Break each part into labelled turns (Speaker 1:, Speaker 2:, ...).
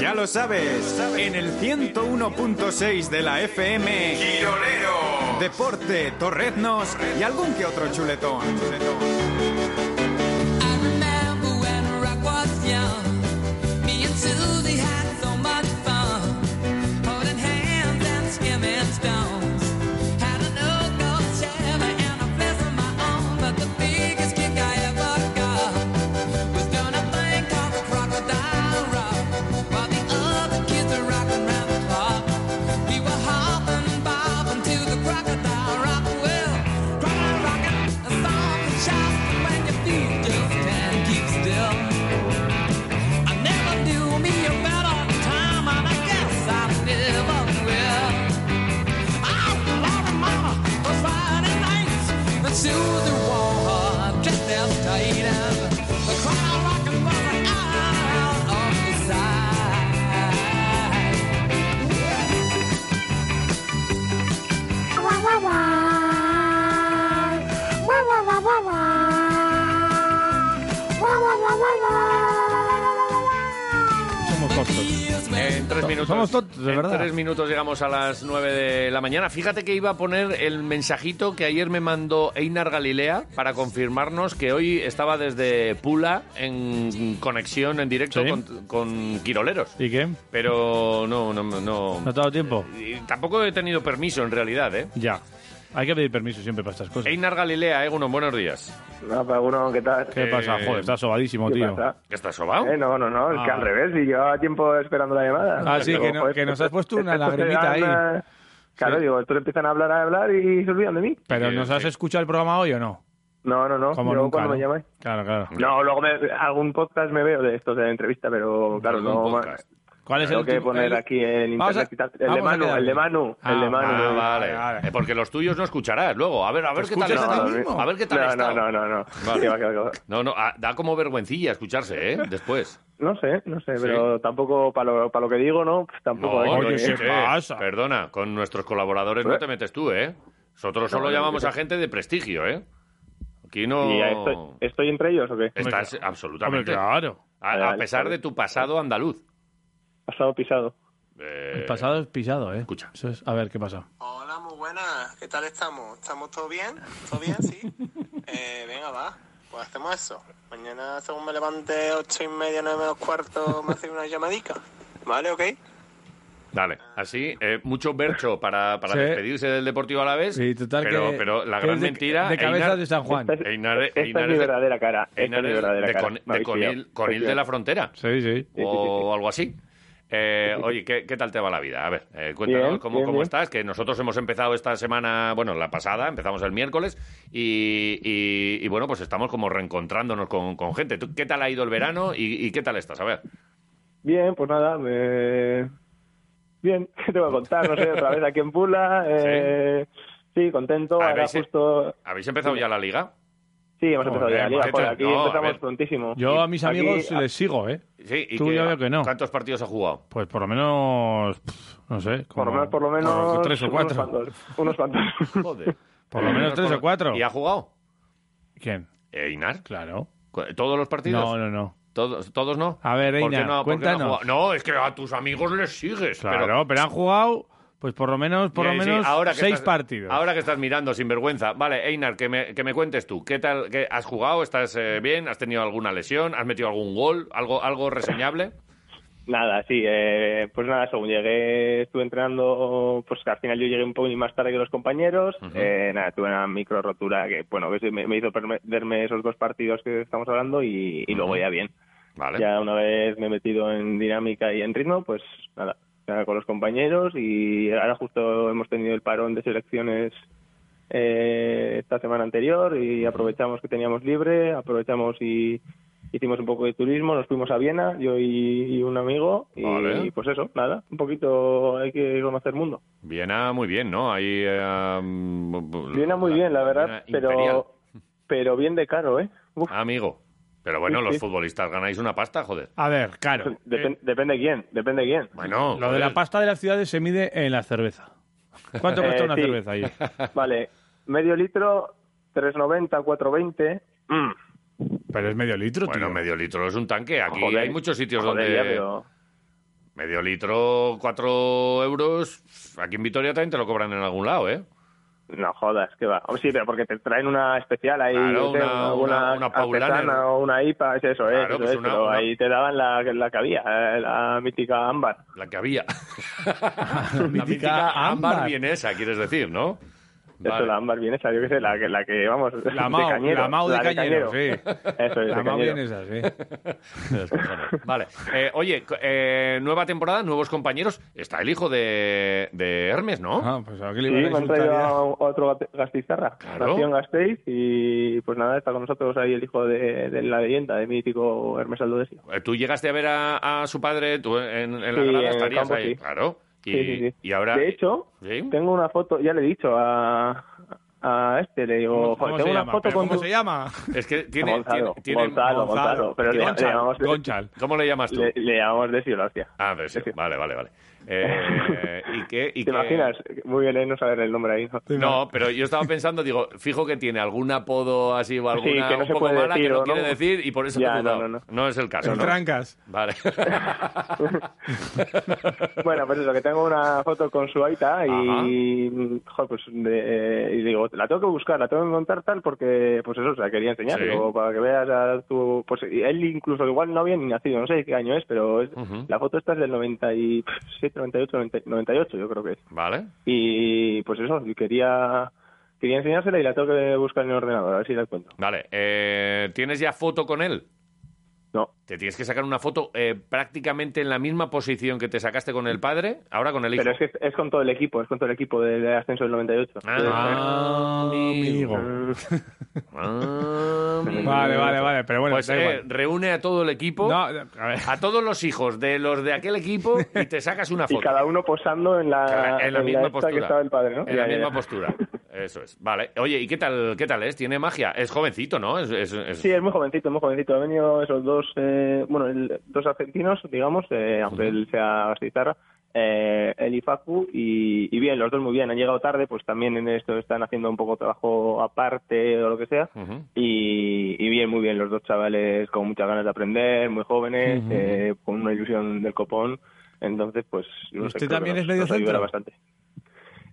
Speaker 1: Ya lo sabes, en el 101.6 de la FM,
Speaker 2: Girolero.
Speaker 1: Deporte, Torreznos y algún que otro chuletón.
Speaker 3: I remember when rock was young, me and Susie had so much fun, holding hands and skimming stones. Had an old gold Chevy and a place of my own, but the biggest kick I ever got was doing a thing called the crocodile rock, while the other kids were rocking 'round the clock. We were hopping and bopping to the crocodile rock. Well, crocodile rockin' a song and shout when your feet just can't keep still. I never knew me a better time, and I guess I never will. I love mama on Friday nights, but Susan wore dressed as tight as the crowd rockin' was out of the sight.
Speaker 4: Somos tontos.
Speaker 5: En tres minutos.
Speaker 4: Somos tontos, de
Speaker 5: En
Speaker 4: verdad.
Speaker 5: tres minutos llegamos a las nueve de la mañana. Fíjate que iba a poner el mensajito que ayer me mandó Einar Galilea para confirmarnos que hoy estaba desde Pula en conexión en directo
Speaker 4: Sí.
Speaker 5: con, con Quiroleros.
Speaker 4: ¿Y qué?
Speaker 5: Pero no, no, no.
Speaker 4: ¿No te ha dado tiempo?
Speaker 5: Y Tampoco he tenido permiso en realidad, ¿eh?
Speaker 4: Ya. Hay que pedir permiso siempre para estas cosas.
Speaker 5: Einar Galilea, eh, Egunon, buenos días.
Speaker 6: No, pero uno, ¿qué tal?
Speaker 4: ¿Qué
Speaker 5: eh,
Speaker 4: pasa? Joder, estás sobadísimo,
Speaker 6: ¿Qué
Speaker 4: tío.
Speaker 6: pasa?
Speaker 5: ¿Estás sobao?
Speaker 6: Eh, no, no, no, es
Speaker 4: Ah.
Speaker 6: que al revés, y llevaba tiempo esperando la llamada.
Speaker 4: Ah, sí,
Speaker 6: Digo,
Speaker 4: que no-
Speaker 6: joder,
Speaker 4: que nos
Speaker 6: estos-
Speaker 4: has puesto una
Speaker 6: estos se
Speaker 4: lagrimita
Speaker 6: dan,
Speaker 4: ahí.
Speaker 6: eh, Claro,
Speaker 4: Sí.
Speaker 6: digo, estos empiezan a hablar, a hablar y se olvidan de mí.
Speaker 4: Pero
Speaker 5: Sí,
Speaker 4: ¿nos has
Speaker 5: sí.
Speaker 4: escuchado el programa hoy o no?
Speaker 6: No, no, no,
Speaker 4: Como
Speaker 6: Eh, yo
Speaker 4: nunca.
Speaker 6: cuando me
Speaker 4: ¿no?
Speaker 6: llamáis.
Speaker 4: Claro, claro.
Speaker 6: No, luego me, algún podcast me veo de estos de entrevista, pero claro,
Speaker 5: Algún
Speaker 6: no.
Speaker 5: podcast.
Speaker 4: ¿Cuál es el
Speaker 6: Tengo que
Speaker 4: último-
Speaker 6: poner
Speaker 4: el-
Speaker 6: aquí en
Speaker 4: Vamos a-
Speaker 6: internet. y tal. el,
Speaker 4: vamos
Speaker 6: de
Speaker 4: a
Speaker 6: Manu,
Speaker 4: quedar
Speaker 6: el de
Speaker 4: bien.
Speaker 6: Manu,
Speaker 4: Ah,
Speaker 6: el de Manu,
Speaker 5: Ah, vale.
Speaker 4: vale.
Speaker 5: Eh, Porque los tuyos no escucharás luego. A ver, a ver qué tal
Speaker 4: ¿Escuchas
Speaker 5: está.
Speaker 4: a ti mismo?
Speaker 5: A ver qué tal
Speaker 6: no,
Speaker 5: está.
Speaker 6: no, no, no, no.
Speaker 5: Vale.
Speaker 6: Que va, que va, que va.
Speaker 5: No, no, ah, da como vergüencilla escucharse, ¿eh? Después.
Speaker 6: No sé, no sé, pero tampoco para lo, para lo que digo, ¿no? Pues tampoco hay
Speaker 4: oye,
Speaker 6: que-
Speaker 4: sí.
Speaker 5: che,
Speaker 4: pasa?
Speaker 5: Perdona, con nuestros colaboradores no te metes tú, ¿eh? Nosotros solo llamamos a gente de prestigio, ¿eh? Aquí no...
Speaker 6: ¿Y ya estoy, estoy entre ellos o qué?
Speaker 5: Estás
Speaker 4: Hombre,
Speaker 5: absolutamente...
Speaker 4: claro.
Speaker 5: A, a pesar de tu pasado andaluz.
Speaker 6: Pasado pisado.
Speaker 5: Eh,
Speaker 4: El pasado es pisado, ¿eh?
Speaker 5: escucha.
Speaker 4: Eso es- a ver, ¿qué pasa?
Speaker 7: Hola, muy buenas. ¿Qué tal estamos? ¿Estamos todo bien? ¿Todo bien? Sí. Eh, venga, va. Pues hacemos eso. Mañana, según me levante, ocho y media, nueve menos cuarto, me hace una llamadica. ¿Vale? ¿Ok?
Speaker 5: Dale, así, eh, mucho bercho para, para
Speaker 4: Sí.
Speaker 5: despedirse del Deportivo a la vez.
Speaker 4: Sí, total
Speaker 5: pero,
Speaker 4: que-
Speaker 5: pero la
Speaker 4: que
Speaker 5: gran
Speaker 4: es de-
Speaker 5: mentira...
Speaker 4: De cabeza
Speaker 5: Einar-
Speaker 4: de San Juan.
Speaker 6: Esta es-
Speaker 5: Einar-
Speaker 6: esta es
Speaker 5: Einar
Speaker 6: mi
Speaker 5: de-
Speaker 6: verdadera cara. Esta es
Speaker 5: Einar
Speaker 6: mi
Speaker 5: es
Speaker 6: verdadera
Speaker 5: Eh, de,
Speaker 6: cara.
Speaker 5: Con-
Speaker 6: Me
Speaker 5: de
Speaker 6: habéis
Speaker 5: Conil,
Speaker 6: pillado.
Speaker 5: Conil de la
Speaker 6: Estoy
Speaker 5: Frontera.
Speaker 4: Sí, sí.
Speaker 6: sí,
Speaker 5: o algo así. Eh, oye, ¿qué, qué tal te va la vida? A ver, eh, cuéntanos
Speaker 6: Bien,
Speaker 5: cómo,
Speaker 6: bien,
Speaker 5: cómo
Speaker 6: bien.
Speaker 5: estás, que nosotros hemos empezado esta semana, bueno, la pasada, empezamos el miércoles, y, y- y, bueno, pues estamos como reencontrándonos con, con gente. ¿Tú, ¿Qué tal ha ido el verano y, y qué tal estás? A ver,
Speaker 6: Bien, pues nada, me- bien, ¿qué te voy a contar? No sé, otra vez aquí en Pula, eh, sí, contento,
Speaker 5: Ah,
Speaker 6: ahora
Speaker 5: ¿veis?
Speaker 6: justo,
Speaker 5: ¿habéis empezado ya la liga?
Speaker 6: sí, hemos empezado
Speaker 4: Joder,
Speaker 6: ya, la liga,
Speaker 5: macho.
Speaker 6: joder, aquí
Speaker 5: No, a ver.
Speaker 6: empezamos prontísimo.
Speaker 4: Yo a mis
Speaker 6: Aquí-
Speaker 4: amigos
Speaker 6: ah,
Speaker 4: les sigo, ¿eh?
Speaker 5: Sí, ¿y
Speaker 4: Tú
Speaker 5: qué-
Speaker 4: ya veo que no.
Speaker 5: ¿Cuántos partidos ha jugado?
Speaker 4: Pues por lo menos, pff, no sé.
Speaker 6: por lo
Speaker 4: como-
Speaker 6: menos, por lo
Speaker 4: como
Speaker 6: menos,
Speaker 4: tres o
Speaker 6: unos
Speaker 4: cuatro.
Speaker 6: cuantos, unos cuantos.
Speaker 5: Joder.
Speaker 4: Por lo
Speaker 5: Eh,
Speaker 4: menos tres
Speaker 5: por-
Speaker 4: o cuatro.
Speaker 5: ¿Y ha jugado?
Speaker 4: ¿Quién?
Speaker 5: Eh, Inar,
Speaker 4: Claro.
Speaker 5: cu- ¿todos los partidos?
Speaker 4: No, no, no.
Speaker 5: ¿Todos, todos no?
Speaker 4: A ver,
Speaker 5: ¿Por qué
Speaker 4: Einar,
Speaker 5: no- por qué no ha
Speaker 4: cuéntanos.
Speaker 5: jugado? No, es que a tus amigos les sigues,
Speaker 4: Claro,
Speaker 5: pero
Speaker 4: pero, han jugado, pues por lo menos, por lo
Speaker 5: Sí, sí,
Speaker 4: menos
Speaker 5: ahora que
Speaker 4: seis
Speaker 5: estás-
Speaker 4: partidos.
Speaker 5: Ahora que estás mirando sin vergüenza. Vale, Einar, que me, que me cuentes tú. ¿Qué tal? Qué, ¿Has jugado? ¿Estás eh, bien? ¿Has tenido alguna lesión? ¿Has metido algún gol? ¿Algo, algo reseñable?
Speaker 6: Nada, sí, eh, pues nada, según llegué, estuve entrenando, pues al final yo llegué un poco más tarde que los compañeros, eh, nada, tuve una micro rotura que, bueno, que sí me, me hizo perderme esos dos partidos que estamos hablando y, y luego
Speaker 5: Ujú.
Speaker 6: ya bien.
Speaker 5: Vale.
Speaker 6: Ya una vez me he metido en dinámica y en ritmo, pues nada, nada, con los compañeros y ahora justo hemos tenido el parón de selecciones eh, esta semana anterior y aprovechamos que teníamos libre, aprovechamos y hicimos un poco de turismo, nos fuimos a Viena, yo y, y un amigo y,
Speaker 5: Vale.
Speaker 6: pues eso, nada, un poquito hay que conocer mundo.
Speaker 5: Viena muy bien, ¿no? Ahí, eh, mm,
Speaker 6: Viena muy bien, la verdad,
Speaker 5: Viena imperial.
Speaker 6: pero, pero bien de caro, ¿eh? Uf,
Speaker 5: Ah, Amigo. Pero bueno,
Speaker 6: Sí,
Speaker 5: los
Speaker 6: sí.
Speaker 5: futbolistas ganáis una pasta, joder.
Speaker 4: A ver, claro. eh,
Speaker 6: depen- depende quién, depende quién.
Speaker 5: Bueno,
Speaker 4: Lo de
Speaker 5: joder.
Speaker 4: la pasta de las ciudades se mide en la cerveza. ¿Cuánto
Speaker 6: Eh,
Speaker 4: cuesta una
Speaker 6: sí.
Speaker 4: cerveza ahí?
Speaker 6: Vale, medio litro, 3,90, 4,20.
Speaker 4: Pero es medio litro,
Speaker 5: Bueno,
Speaker 4: tío.
Speaker 5: medio litro es un tanque. Aquí
Speaker 6: Joder,
Speaker 5: hay muchos sitios
Speaker 6: joder,
Speaker 5: donde.
Speaker 6: ya, pero-
Speaker 5: Medio litro, cuatro euros. Aquí en Vitoria también te lo cobran en algún lado, ¿eh?
Speaker 6: No jodas, que va. Oh, sí, pero porque te traen una especial ahí,
Speaker 5: Claro,
Speaker 6: no sé,
Speaker 5: una- una- una paulana,
Speaker 6: artesana
Speaker 5: ¿no?
Speaker 6: o una IPA, es eso,
Speaker 5: Claro,
Speaker 6: eh, eso
Speaker 5: pues
Speaker 6: es,
Speaker 5: una-
Speaker 6: pero
Speaker 5: una-
Speaker 6: ahí te daban la, la que había, eh, la mítica ámbar.
Speaker 5: La que había. la
Speaker 4: mítica
Speaker 5: mítica ámbar.
Speaker 4: ámbar.
Speaker 5: vienesa, quieres decir, ¿no?
Speaker 6: Eso,
Speaker 5: Vale.
Speaker 6: la ámbar bien esa, yo qué sé, la que, la que vamos,
Speaker 4: La Mau,
Speaker 6: de cañero.
Speaker 4: la Mau de Cañero, sí.
Speaker 6: Eso es,
Speaker 4: La
Speaker 6: de
Speaker 4: Mau
Speaker 6: cañero.
Speaker 4: bien es así.
Speaker 5: Los cojones. Vale. Eh, oye, co- eh, nueva temporada, nuevos compañeros. Está el hijo de, de Hermes, ¿no?
Speaker 4: Ah, pues aquí
Speaker 6: Sí,
Speaker 4: le
Speaker 6: me
Speaker 4: iba a
Speaker 6: han
Speaker 4: insultar
Speaker 6: traído
Speaker 4: ya.
Speaker 6: a otro gate- Gasteiztarra,
Speaker 5: Claro.
Speaker 6: Nación Gasteiz, y pues nada, está con nosotros ahí el hijo de, de la leyenda, de mítico Hermes Aldodesio.
Speaker 5: Eh, Tú llegaste a ver a, a su padre, tú en, en la
Speaker 6: Sí,
Speaker 5: grada
Speaker 6: en el
Speaker 5: estarías
Speaker 6: campo,
Speaker 5: ahí,
Speaker 6: sí.
Speaker 5: claro. Y,
Speaker 6: Sí, sí, sí.
Speaker 5: y ahora...
Speaker 6: De hecho,
Speaker 5: ¿Sí?
Speaker 6: tengo una foto, ya le he dicho a, a este, le
Speaker 4: ¿Cómo,
Speaker 6: digo, "Joder,
Speaker 4: cómo
Speaker 6: tengo
Speaker 4: se
Speaker 6: una
Speaker 4: llama?
Speaker 6: foto
Speaker 4: ¿Pero
Speaker 6: con
Speaker 4: ¿Cómo
Speaker 6: tu-
Speaker 4: se llama?
Speaker 5: Es que tiene...
Speaker 6: Gonzalo,
Speaker 5: tiene- tiene-
Speaker 6: Gonzalo, Gonzalo, pero le, le llamamos, le,
Speaker 4: Gonchal.
Speaker 5: ¿Cómo le llamas tú?
Speaker 6: le llamamos Desio, la hostia.
Speaker 5: Ah, pero sí, vale, vale, vale. Eh, ¿Y qué? y
Speaker 6: ¿Te
Speaker 5: qué-
Speaker 6: imaginas? Muy bien, ¿eh? no saber el nombre ahí, ¿no?
Speaker 5: No, pero yo estaba pensando, digo, fijo que tiene algún apodo así o alguna
Speaker 6: que no
Speaker 5: un
Speaker 6: se
Speaker 5: poco
Speaker 6: puede
Speaker 5: mala que
Speaker 6: decir,
Speaker 5: no
Speaker 6: ¿o
Speaker 5: quiere
Speaker 6: no?
Speaker 5: decir y por eso
Speaker 6: Ya,
Speaker 5: te he
Speaker 6: no,
Speaker 5: jugado.
Speaker 6: no, no.
Speaker 5: es el caso,
Speaker 4: El
Speaker 5: ¿no?
Speaker 4: Trancas.
Speaker 5: Vale.
Speaker 6: Bueno, pues eso, que tengo una foto con su aita y, joder, pues, de- eh, y digo, la tengo que buscar, la tengo que encontrar tal porque, pues eso, o sea, quería enseñar,
Speaker 5: Sí.
Speaker 6: digo, para que veas a tu, pues y él incluso igual no había ni nacido, no sé qué año es, pero es-
Speaker 5: Ujú.
Speaker 6: la foto esta es del 97, 98, 90 98 yo creo que es.
Speaker 5: vale.
Speaker 6: Y pues eso, y quería, quería enseñársela y la tengo que buscar en el ordenador, a ver si la encuentro.
Speaker 5: Vale. Eh, ¿Tienes ya foto con él?
Speaker 6: No,
Speaker 5: Te tienes que sacar una foto eh, prácticamente en la misma posición que te sacaste con el padre, ahora con el hijo.
Speaker 6: pero es que es, es con todo el equipo, es con todo el equipo del ascenso del 98.
Speaker 5: Ah, amigo. Ah, amigo.
Speaker 4: Vale, vale, vale, pero bueno,
Speaker 5: Pues
Speaker 4: da
Speaker 5: eh,
Speaker 4: igual.
Speaker 5: reúne a todo el equipo,
Speaker 4: No, a ver.
Speaker 5: a todos los hijos de los de aquel equipo y te sacas una
Speaker 6: Y
Speaker 5: foto.
Speaker 6: cada uno posando en la,
Speaker 5: Cada- en la misma
Speaker 6: esta
Speaker 5: postura.
Speaker 6: que estaba el padre, ¿no?
Speaker 5: En
Speaker 6: Ya,
Speaker 5: la
Speaker 6: ya,
Speaker 5: misma
Speaker 6: ya.
Speaker 5: postura. Eso es. Vale. Oye, ¿y qué tal, qué tal es? ¿Tiene magia? Es jovencito, ¿no? Es, es- es-
Speaker 6: Sí, es muy jovencito, muy jovencito. Han venido esos dos, eh, bueno, el- dos argentinos, digamos, eh, aunque él sea guitarra, eh, el Ifacu y, y bien, los dos muy bien. Han llegado tarde, pues también en esto están haciendo un poco trabajo aparte o lo que sea.
Speaker 5: Ujú.
Speaker 6: Y, y bien, muy bien, los dos chavales con muchas ganas de aprender, muy jóvenes, eh, con una ilusión del copón. Entonces, pues. no
Speaker 4: ¿Usted
Speaker 6: sé, creo que
Speaker 4: también
Speaker 6: nos-
Speaker 4: es medio
Speaker 6: nos ayudará
Speaker 4: centro?
Speaker 6: bastante.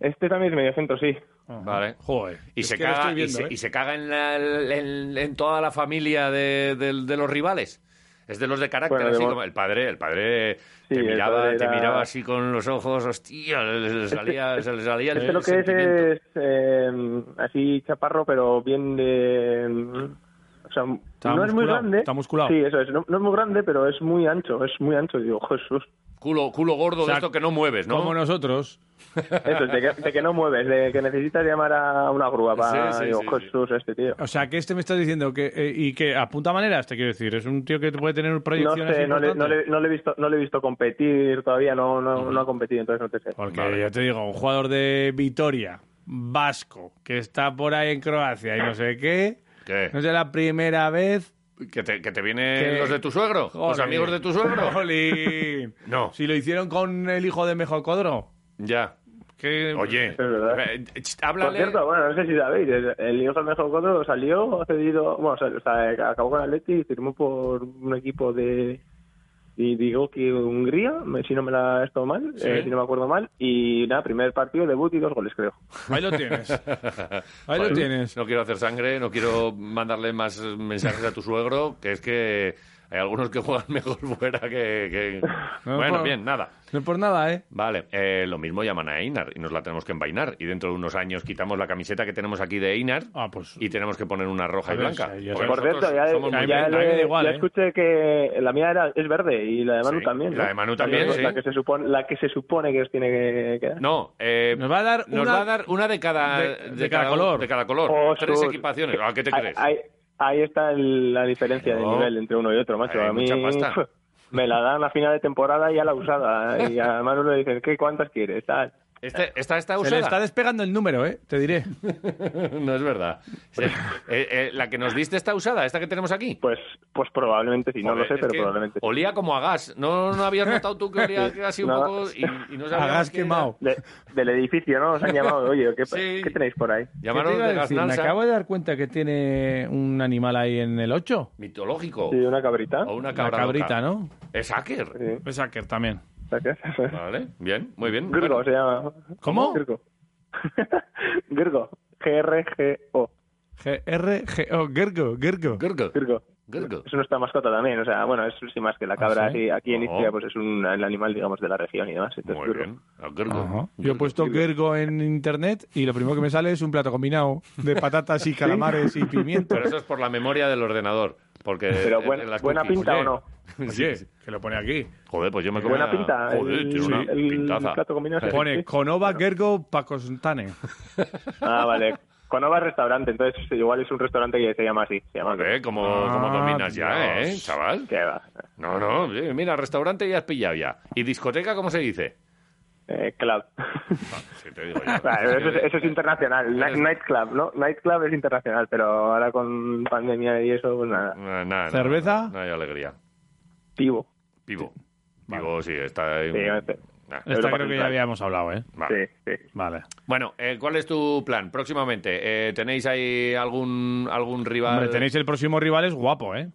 Speaker 6: Este también es medio centro, sí.
Speaker 5: Vale.
Speaker 4: Joder.
Speaker 5: Y
Speaker 4: es
Speaker 5: se,
Speaker 4: que lo
Speaker 5: caga,
Speaker 4: estoy
Speaker 5: y,
Speaker 4: viendo,
Speaker 5: se,
Speaker 4: ¿eh?
Speaker 5: y se caga en, la- en- en toda la familia de, de- de los rivales. Es de los de carácter,
Speaker 6: Bueno, de
Speaker 5: así
Speaker 6: mo-
Speaker 5: como el padre, el padre
Speaker 6: Sí,
Speaker 5: te
Speaker 6: el
Speaker 5: miraba,
Speaker 6: padre
Speaker 5: te
Speaker 6: era-
Speaker 5: miraba así con los ojos, hostia, le, le salía, se le salía el,
Speaker 4: Eh,
Speaker 6: Este lo que es
Speaker 5: sentimiento.
Speaker 6: es eh, así chaparro, pero bien de... em, O sea, no es muy
Speaker 4: musculado,
Speaker 6: grande.
Speaker 4: está musculado.
Speaker 6: Sí, eso es. No, no es muy grande, pero es muy ancho. Es muy ancho. Y digo, Jesús.
Speaker 5: Culo, culo gordo
Speaker 4: O sea,
Speaker 5: de esto que no mueves, ¿no?
Speaker 4: Como nosotros.
Speaker 6: Eso es, de que, de que no mueves, de que necesitas llamar a una grúa para...
Speaker 5: Sí, sí,
Speaker 6: digo,
Speaker 5: sí, sí.
Speaker 6: Jesús, este tío.
Speaker 4: O sea, que este me estás diciendo que... eh, y que apunta maneras, te quiero decir. Es un tío que puede tener
Speaker 6: No
Speaker 4: proyecciones
Speaker 6: sé, no le, no,
Speaker 4: importantes.
Speaker 6: le, no le he visto, no le he visto competir todavía, no, no, no ha competido, entonces no te sé.
Speaker 4: Porque
Speaker 5: Vale.
Speaker 4: yo te digo, un jugador de Vitoria, vasco, que está por ahí en Croacia y no sé qué...
Speaker 5: ¿Qué?
Speaker 4: No sé, la primera vez...
Speaker 5: ¿Que te, que te vienen
Speaker 4: Que-
Speaker 5: los de tu suegro? ¿Los
Speaker 4: Joder.
Speaker 5: amigos de tu suegro?
Speaker 4: Jolín.
Speaker 5: No.
Speaker 4: Si lo hicieron con el hijo de Mejocodro.
Speaker 5: Ya.
Speaker 4: Que...
Speaker 5: Oye,
Speaker 6: es verdad.
Speaker 5: eh, ch,
Speaker 6: Por
Speaker 5: háblale.
Speaker 6: cierto, bueno, no sé si sabéis, el- el hijo del mejor cuadro salió, ha cedido, bueno, o sea, eh, acabó con Atleti y firmó por un equipo de, y digo que Hungría, me- si no me la he estado mal, eh, si no me acuerdo mal, y nada, primer partido, debut y dos goles, creo.
Speaker 4: Ahí lo tienes. Ahí
Speaker 5: Joder,
Speaker 4: lo tienes.
Speaker 5: No quiero hacer sangre, no quiero mandarle más eh, mensajes a tu suegro, que es que hay algunos que juegan mejor fuera que... que-
Speaker 4: No,
Speaker 5: bueno,
Speaker 4: por-
Speaker 5: bien, nada.
Speaker 4: No es por nada, ¿eh?
Speaker 5: Vale, eh, lo mismo llaman a Einar y nos la tenemos que envainar. Y dentro de unos años quitamos la camiseta que tenemos aquí de Einar
Speaker 4: Ah, pues...
Speaker 5: y tenemos que poner una roja y
Speaker 4: Joder,
Speaker 5: blanca.
Speaker 4: o sea,
Speaker 5: Porque
Speaker 4: ya sabes.
Speaker 6: Por
Speaker 5: pues nosotros
Speaker 6: cierto, ya,
Speaker 5: somos
Speaker 6: ya
Speaker 5: muy
Speaker 4: bien, a mí me da
Speaker 6: le-
Speaker 4: igual,
Speaker 6: ya
Speaker 4: ¿eh?
Speaker 6: escuché que la mía era, es verde y la de Manu
Speaker 5: Sí,
Speaker 6: también.
Speaker 5: la
Speaker 6: ¿no?
Speaker 5: de Manu también,
Speaker 6: La,
Speaker 5: sí.
Speaker 6: que se supone, la que se supone que os tiene que quedar.
Speaker 5: No, eh,
Speaker 4: Nos va a dar
Speaker 5: nos
Speaker 4: una-
Speaker 5: va a dar una de cada,
Speaker 4: de- de cada color.
Speaker 5: De cada color.
Speaker 6: Oh,
Speaker 5: Tres
Speaker 6: sur.
Speaker 5: equipaciones. ¿A qué te
Speaker 6: Ahí-
Speaker 5: crees?
Speaker 6: Ahí, ahí está el- la diferencia
Speaker 5: No.
Speaker 6: de nivel entre uno y otro, macho.
Speaker 5: Hay
Speaker 6: a mí
Speaker 5: mucha pasta.
Speaker 6: me la dan a final de temporada y a la usada. ¿eh? Y a Manu le dicen, ¿qué cuántas quieres? Tal.
Speaker 5: Este- esta está
Speaker 4: Se
Speaker 5: usada.
Speaker 4: le está despegando el número, ¿eh? Te diré.
Speaker 5: No es verdad. Sí. Eh, eh, la que nos diste está usada, esta que tenemos aquí.
Speaker 6: Pues, pues probablemente, si no lo
Speaker 5: Joder,
Speaker 6: sé,
Speaker 5: es
Speaker 6: pero
Speaker 5: que
Speaker 6: probablemente. sí.
Speaker 5: Olía como a gas. ¿No, no habías notado tú que olía que así un
Speaker 6: No.
Speaker 5: poco y, y no sabías
Speaker 4: A gas quemado.
Speaker 6: De- del edificio, ¿no? Os han llamado, oye, ¿qué,
Speaker 5: Sí.
Speaker 6: qué tenéis por ahí?
Speaker 5: Llamaron
Speaker 4: ¿Qué te iba
Speaker 5: de
Speaker 4: a decir? Me
Speaker 5: gasnalsa
Speaker 4: acabo de dar cuenta que tiene un animal ahí en el 8.
Speaker 5: mitológico
Speaker 6: Sí, una cabrita.
Speaker 5: o una
Speaker 4: La
Speaker 5: cabra loca.
Speaker 4: cabrita, ¿no?
Speaker 5: Es hacker.
Speaker 6: Sí.
Speaker 4: Es hacker también.
Speaker 6: Gracias.
Speaker 5: Vale, bien, muy bien.
Speaker 6: Gurgo
Speaker 5: Bueno,
Speaker 6: se llama.
Speaker 4: ¿Cómo?
Speaker 6: Gurgo. Gurgo. G-R-G-O.
Speaker 4: G R G O Gergo, Gergo.
Speaker 5: Gurgo,
Speaker 6: Gurgo.
Speaker 5: Gurgo.
Speaker 6: Es nuestra mascota también, o sea, bueno, es sí más que la cabra.
Speaker 4: ¿Ah, sí?
Speaker 6: así, aquí en
Speaker 5: Mm. Oh.
Speaker 6: Istria, pues es un, el animal, digamos, de la región y demás. Entonces,
Speaker 5: Muy
Speaker 6: Gurgo.
Speaker 5: bien. Ah, Gurgo.
Speaker 4: Ajá. Yo pues- he
Speaker 5: Gurgo.
Speaker 4: puesto Gergo en internet y lo primero que me sale es un plato combinado de patatas y calamares y pimientos.
Speaker 5: Pero eso es por la memoria del ordenador. Porque
Speaker 6: Pero
Speaker 5: en-
Speaker 6: buen-
Speaker 5: en las
Speaker 6: buena
Speaker 5: cookies-
Speaker 6: pinta
Speaker 5: Oye,
Speaker 6: o no.
Speaker 5: Sí, sí.
Speaker 4: Oye, que lo pone aquí.
Speaker 5: Joder, pues yo me comía...
Speaker 6: Buena pinta.
Speaker 5: Joder,
Speaker 6: el,
Speaker 5: tiene una
Speaker 6: el
Speaker 5: pintaza.
Speaker 6: plato combinado. sí,
Speaker 4: Pone
Speaker 6: sí.
Speaker 4: Conova Gergo Paco Santane.
Speaker 6: Ah, vale. Cuando va al restaurante, entonces igual es un restaurante que se llama así. Se llama
Speaker 5: Joder, cómo,
Speaker 4: Ah,
Speaker 5: cómo dominas ya,
Speaker 4: Dios.
Speaker 5: ¿eh, chaval?
Speaker 6: ¿Qué va?
Speaker 5: No, no, sí, mira, restaurante ya has pillado ya. ¿Y discoteca cómo se dice? Ah,
Speaker 6: Eh, club.
Speaker 5: Sí, te digo yo.
Speaker 6: Vale, eso, es, eso es internacional. Ni- Nightclub, ¿no? Nightclub es internacional, pero ahora con pandemia y eso, pues nada.
Speaker 5: Nah, nah, nah,
Speaker 4: ¿Cerveza?
Speaker 5: No, hay alegría.
Speaker 6: Tivo.
Speaker 5: Pivo. Pivo, sí, está... ahí
Speaker 6: Sí,
Speaker 5: un- Ah, Nah.
Speaker 4: Esta
Speaker 6: Europa
Speaker 4: creo que ya
Speaker 6: Central.
Speaker 4: habíamos hablado, ¿eh?
Speaker 5: Vale.
Speaker 6: Sí, sí.
Speaker 4: Vale.
Speaker 5: Bueno, eh, ¿cuál es tu plan próximamente? Eh, ¿Tenéis ahí algún algún rival?
Speaker 4: Hombre, tenéis el próximo rival es guapo, ¿eh?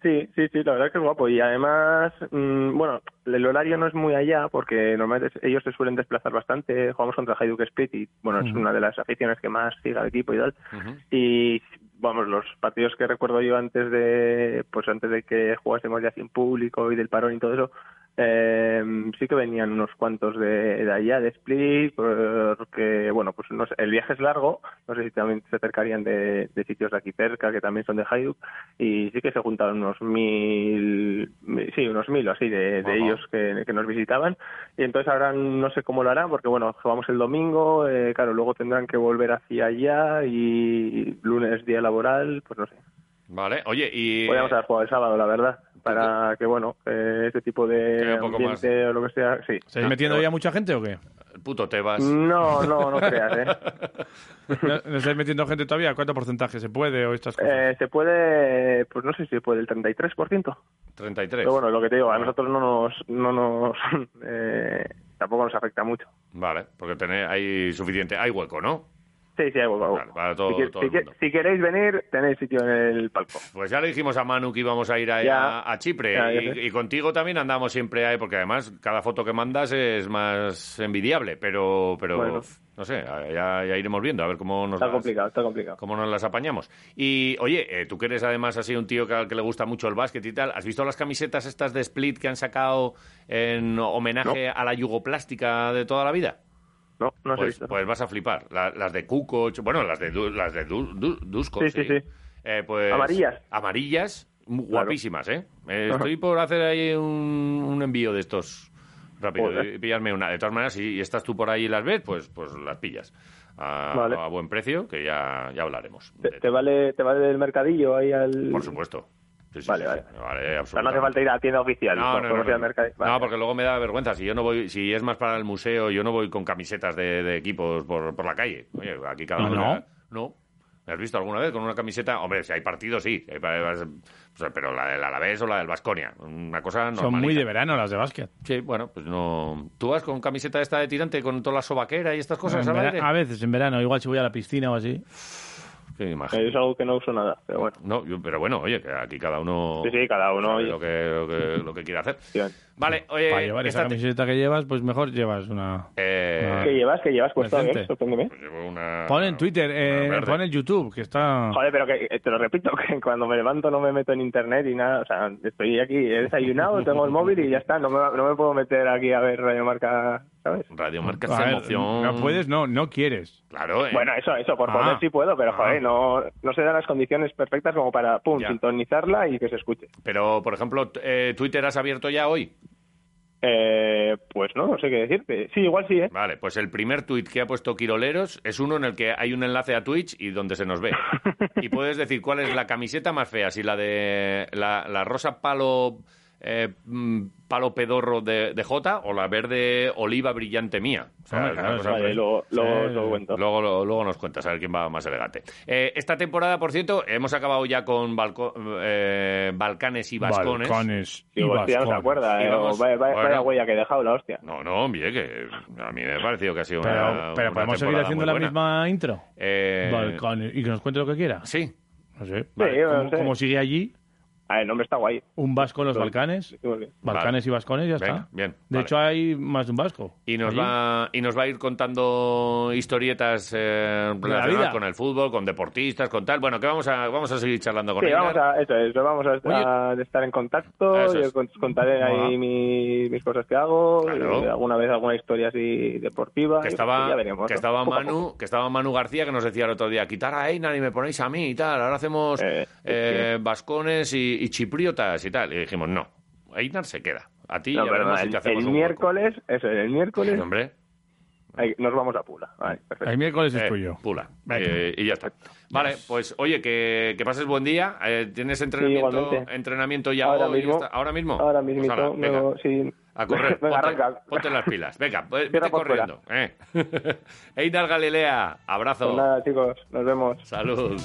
Speaker 6: Sí, sí, sí, la verdad es que es guapo. Y además, mm, bueno, el horario no es muy allá porque normalmente es- ellos se suelen desplazar bastante. Jugamos contra Hajduk Split y, bueno, es una de las aficiones que más sigue al equipo y tal.
Speaker 5: Ujú.
Speaker 6: Y, vamos, los partidos que recuerdo yo antes de, pues antes de que jugásemos ya sin público y del parón y todo eso, eh, sí que venían unos cuantos de, de allá, de Split, porque, bueno, pues no sé, el viaje es largo, no sé si también se acercarían de, de sitios de aquí cerca, que también son de Hajduk, y sí que se juntaron unos mil, mil- sí, unos mil o así de, de
Speaker 5: Ajá.
Speaker 6: ellos que, que nos visitaban, y entonces ahora no sé cómo lo harán, porque, bueno, jugamos el domingo, eh, claro, luego tendrán que volver hacia allá, y lunes día laboral, pues no sé.
Speaker 5: Vale, oye, y...
Speaker 6: Podríamos haber jugado el sábado, la verdad, para que, bueno, eh, este tipo
Speaker 5: Queda
Speaker 6: de
Speaker 5: un poco
Speaker 6: ambiente o lo que sea, sí.
Speaker 4: ¿Estáis
Speaker 5: Ah,
Speaker 4: metiendo ya mucha gente o qué?
Speaker 5: eh, Puto Tebas.
Speaker 6: No, no, no creas, ¿eh?
Speaker 4: ¿No, no estáis metiendo gente todavía? ¿Cuánto porcentaje se puede o estas cosas?
Speaker 6: Eh, Se puede, pues no sé si se puede el 33%.
Speaker 5: 33.
Speaker 6: Pero bueno, lo que te digo, a nosotros no nos, no nos, eh, tampoco nos afecta mucho.
Speaker 5: Vale, porque tenéis, hay suficiente. Hay hueco, ¿no?
Speaker 6: Sí, sí, hay hueco, hay
Speaker 5: Claro,
Speaker 6: hueco.
Speaker 5: para todo-
Speaker 6: si, que-
Speaker 5: todo
Speaker 6: si
Speaker 5: el
Speaker 6: que-
Speaker 5: mundo.
Speaker 6: si queréis venir, tenéis sitio en el palco.
Speaker 5: Pues ya le dijimos a Manu que íbamos a ir a,
Speaker 6: Ya.
Speaker 5: a- a Chipre.
Speaker 6: Ya, ya
Speaker 5: y,
Speaker 6: sé.
Speaker 5: y contigo también andamos siempre ahí, porque además cada foto que mandas es más envidiable. Pero, pero
Speaker 6: Bueno.
Speaker 5: no sé, ya, ya iremos viendo, a ver cómo nos
Speaker 6: Está
Speaker 5: las-
Speaker 6: complicado, está complicado.
Speaker 5: cómo nos las apañamos. Y oye, eh, tú que eres además así un tío que, al que le gusta mucho el básquet y tal, ¿has visto las camisetas estas de Split que han sacado en homenaje a la yugoplástica de toda la vida?
Speaker 6: No, no se ha
Speaker 5: pues,
Speaker 6: visto.
Speaker 5: pues vas a flipar. La- las de Kukoc, bueno, las de, Du- las de Du- Du- Dusko,
Speaker 6: Sí, sí, sí.
Speaker 5: Eh, pues,
Speaker 6: Amarillas.
Speaker 5: Amarillas, mu- guapísimas, ¿eh? Eh, estoy por hacer ahí un, un envío de estos rápido
Speaker 6: Joder.
Speaker 5: y pillarme una. De todas maneras, si estás tú por ahí y las ves, pues, pues las pillas. A,
Speaker 6: Vale.
Speaker 5: a buen precio, que ya, ya hablaremos.
Speaker 6: ¿Te,
Speaker 5: de-
Speaker 6: te vale, ¿Te vale el mercadillo ahí al...?
Speaker 5: Por supuesto. Sí, sí,
Speaker 6: Vale,
Speaker 5: sí,
Speaker 6: vale.
Speaker 5: sí. Vale,
Speaker 6: O sea, no hace
Speaker 5: absolutamente.
Speaker 6: falta ir a la tienda oficial.
Speaker 5: No, no, no,
Speaker 6: podemos ir
Speaker 5: no.
Speaker 6: al mercadillo. Vale.
Speaker 5: No, porque luego me da vergüenza. Si yo no voy, si es más para el museo, yo no voy con camisetas de, de equipos por, por la calle. Oye, aquí cada
Speaker 4: ¿No?
Speaker 5: uno- No. ¿Me has visto alguna vez con una camiseta? Hombre, si hay partidos, sí. Si hay pa- pues, Pero la del Alavés o la del Vasconia. Una cosa normal.
Speaker 4: Son muy de verano las de básquet.
Speaker 5: Sí, bueno, pues no. ¿Tú vas con camiseta esta de tirante con toda la sobaquera y estas cosas
Speaker 4: En
Speaker 5: al
Speaker 4: vera-
Speaker 5: aire?
Speaker 4: Mm, a veces en verano, igual si voy a la piscina o así.
Speaker 5: Qué imagen.
Speaker 6: Eh, Es algo que no uso nada, pero bueno.
Speaker 5: No, yo- pero bueno, oye, que aquí cada uno.
Speaker 6: Sí, sí, cada uno,
Speaker 5: sabe
Speaker 6: oye.
Speaker 5: Lo que, lo, que, lo que quiere hacer.
Speaker 6: Bien.
Speaker 5: Vale, oye.
Speaker 4: Para llevar esa
Speaker 5: esta te-
Speaker 4: camiseta Ah. que llevas, pues mejor llevas una...
Speaker 5: eh,
Speaker 6: ¿Qué llevas? ¿Qué llevas puesto? A ver,
Speaker 4: Decente.
Speaker 6: sorpréndeme.
Speaker 5: Pues Llevo una-
Speaker 4: Pon en Twitter, eh,
Speaker 5: Ah, una verde.
Speaker 4: pon en YouTube, que está...
Speaker 6: Joder, pero que, eh, te lo repito, que cuando me levanto no me meto en internet y nada, o sea, estoy aquí, he desayunado, tengo el móvil y ya está, no me, no me puedo meter aquí a ver Radio Marca, ¿sabes?
Speaker 5: Radio Marca
Speaker 4: A
Speaker 5: esa
Speaker 4: ver,
Speaker 5: emoción.
Speaker 4: No puedes, no, no quieres.
Speaker 5: Claro, eh.
Speaker 6: Bueno, eso, eso, por
Speaker 4: Ah.
Speaker 6: poner sí puedo, pero
Speaker 5: Ah.
Speaker 6: joder, no, no se dan las condiciones perfectas como para, pum,
Speaker 5: Ya.
Speaker 6: sintonizarla y que se escuche.
Speaker 5: Pero, por ejemplo, t- eh, Twitter has abierto ya hoy.
Speaker 6: Eh, pues no, no sé qué decirte. Sí, igual sí, ¿eh?
Speaker 5: Vale, pues el primer tuit que ha puesto Quiroleros es uno en el que hay un enlace a Twitch y donde se nos ve. Y puedes decir cuál es la camiseta más fea, si la de la, la rosa palo eh, mm, palo pedorro de, de Jota o la verde oliva brillante mía. O sea,
Speaker 4: Hombre,
Speaker 5: es una
Speaker 4: claro,
Speaker 5: cosa
Speaker 6: Vale,
Speaker 5: horrible.
Speaker 6: luego, luego
Speaker 4: Sí.
Speaker 6: te lo cuento.
Speaker 5: Luego, lo- luego nos cuentas, a ver quién va más elegante. Eh, esta temporada, por cierto, hemos acabado ya con Balco- eh, Balcanes y Vascones.
Speaker 4: Balcones y
Speaker 6: Digo, hostia, no se
Speaker 4: vascones.
Speaker 6: acuerda,
Speaker 5: Y
Speaker 6: eh,
Speaker 5: vamos-
Speaker 6: vaya, vaya-
Speaker 5: bueno.
Speaker 6: vaya huella que he dejado, la hostia.
Speaker 5: No, no, hombre, que a mí me ha parecido que ha sido
Speaker 4: Pero,
Speaker 5: una.
Speaker 4: pero
Speaker 5: Ah, una
Speaker 4: podemos seguir
Speaker 5: temporada
Speaker 4: haciendo
Speaker 5: muy
Speaker 4: la
Speaker 5: buena.
Speaker 4: misma intro.
Speaker 5: Eh,
Speaker 4: Balcones. Y que nos cuente lo que quiera.
Speaker 5: Sí.
Speaker 4: No sé.
Speaker 6: yo no
Speaker 4: ¿Cómo,
Speaker 6: sé.
Speaker 4: cómo sigue allí?
Speaker 6: Ah, el nombre está guay.
Speaker 4: Un vasco en los
Speaker 6: Lo-
Speaker 4: Balcanes.
Speaker 6: Decimos bien.
Speaker 4: Balcanes y vascones, ya
Speaker 5: Venga,
Speaker 4: está.
Speaker 5: bien,
Speaker 4: De
Speaker 5: vale.
Speaker 4: hecho, hay más de un vasco.
Speaker 5: Y nos,
Speaker 4: allí.
Speaker 5: va, y nos va a ir contando historietas eh,
Speaker 4: vida.
Speaker 5: relacionadas con el fútbol, con deportistas, con tal. Bueno, que vamos a, vamos a seguir charlando con
Speaker 6: Sí,
Speaker 5: ella.
Speaker 6: vamos a, eso es, vamos a, a estar en contacto,
Speaker 5: Eso
Speaker 6: yo
Speaker 5: es.
Speaker 6: con- contaré ahí
Speaker 4: Mola.
Speaker 6: mi- mis cosas que hago,
Speaker 5: Claro.
Speaker 6: y alguna vez alguna historia así deportiva,
Speaker 5: que
Speaker 6: yo creo
Speaker 5: estaba,
Speaker 6: ya veremos,
Speaker 5: que
Speaker 6: ¿no?
Speaker 5: estaba
Speaker 6: Poco a poco.
Speaker 5: Manu, que estaba Manu García que nos decía el otro día, quitar a Einar y me ponéis a mí y tal, ahora hacemos
Speaker 6: Eh,
Speaker 5: eh, vascones y, y chipriotas y tal. Y dijimos, no, Einar se queda. A ti
Speaker 6: No,
Speaker 5: ya
Speaker 6: pero
Speaker 5: veremos
Speaker 6: nada,
Speaker 5: si te
Speaker 6: el,
Speaker 5: hacemos
Speaker 6: el
Speaker 5: un hueco".
Speaker 6: miércoles, eso, es, el miércoles
Speaker 5: Sí, hombre,
Speaker 6: ahí, nos vamos a Pula. Vale, perfecto.
Speaker 4: El miércoles es
Speaker 5: eh,
Speaker 4: tuyo.
Speaker 5: pula.
Speaker 4: Venga.
Speaker 5: Eh, y ya está. Vale, pues oye, que, que pases buen día. Eh, ¿Tienes entrenamiento,
Speaker 6: igualmente.
Speaker 5: entrenamiento ya
Speaker 6: ahora,
Speaker 5: hoy?
Speaker 6: mismo,
Speaker 5: Hasta- ¿Ahora mismo?
Speaker 6: Ahora mismo,
Speaker 5: Pues ala, venga.
Speaker 6: me- sí.
Speaker 5: A correr,
Speaker 6: Venga,
Speaker 5: ponte,
Speaker 6: arranca.
Speaker 5: ponte las pilas. Venga, pues,
Speaker 6: Cierra
Speaker 5: vete
Speaker 6: por fuera.
Speaker 5: corriendo. eh. Einar Galilea, abrazo.
Speaker 6: Pues nada, chicos, nos vemos.
Speaker 5: Salud.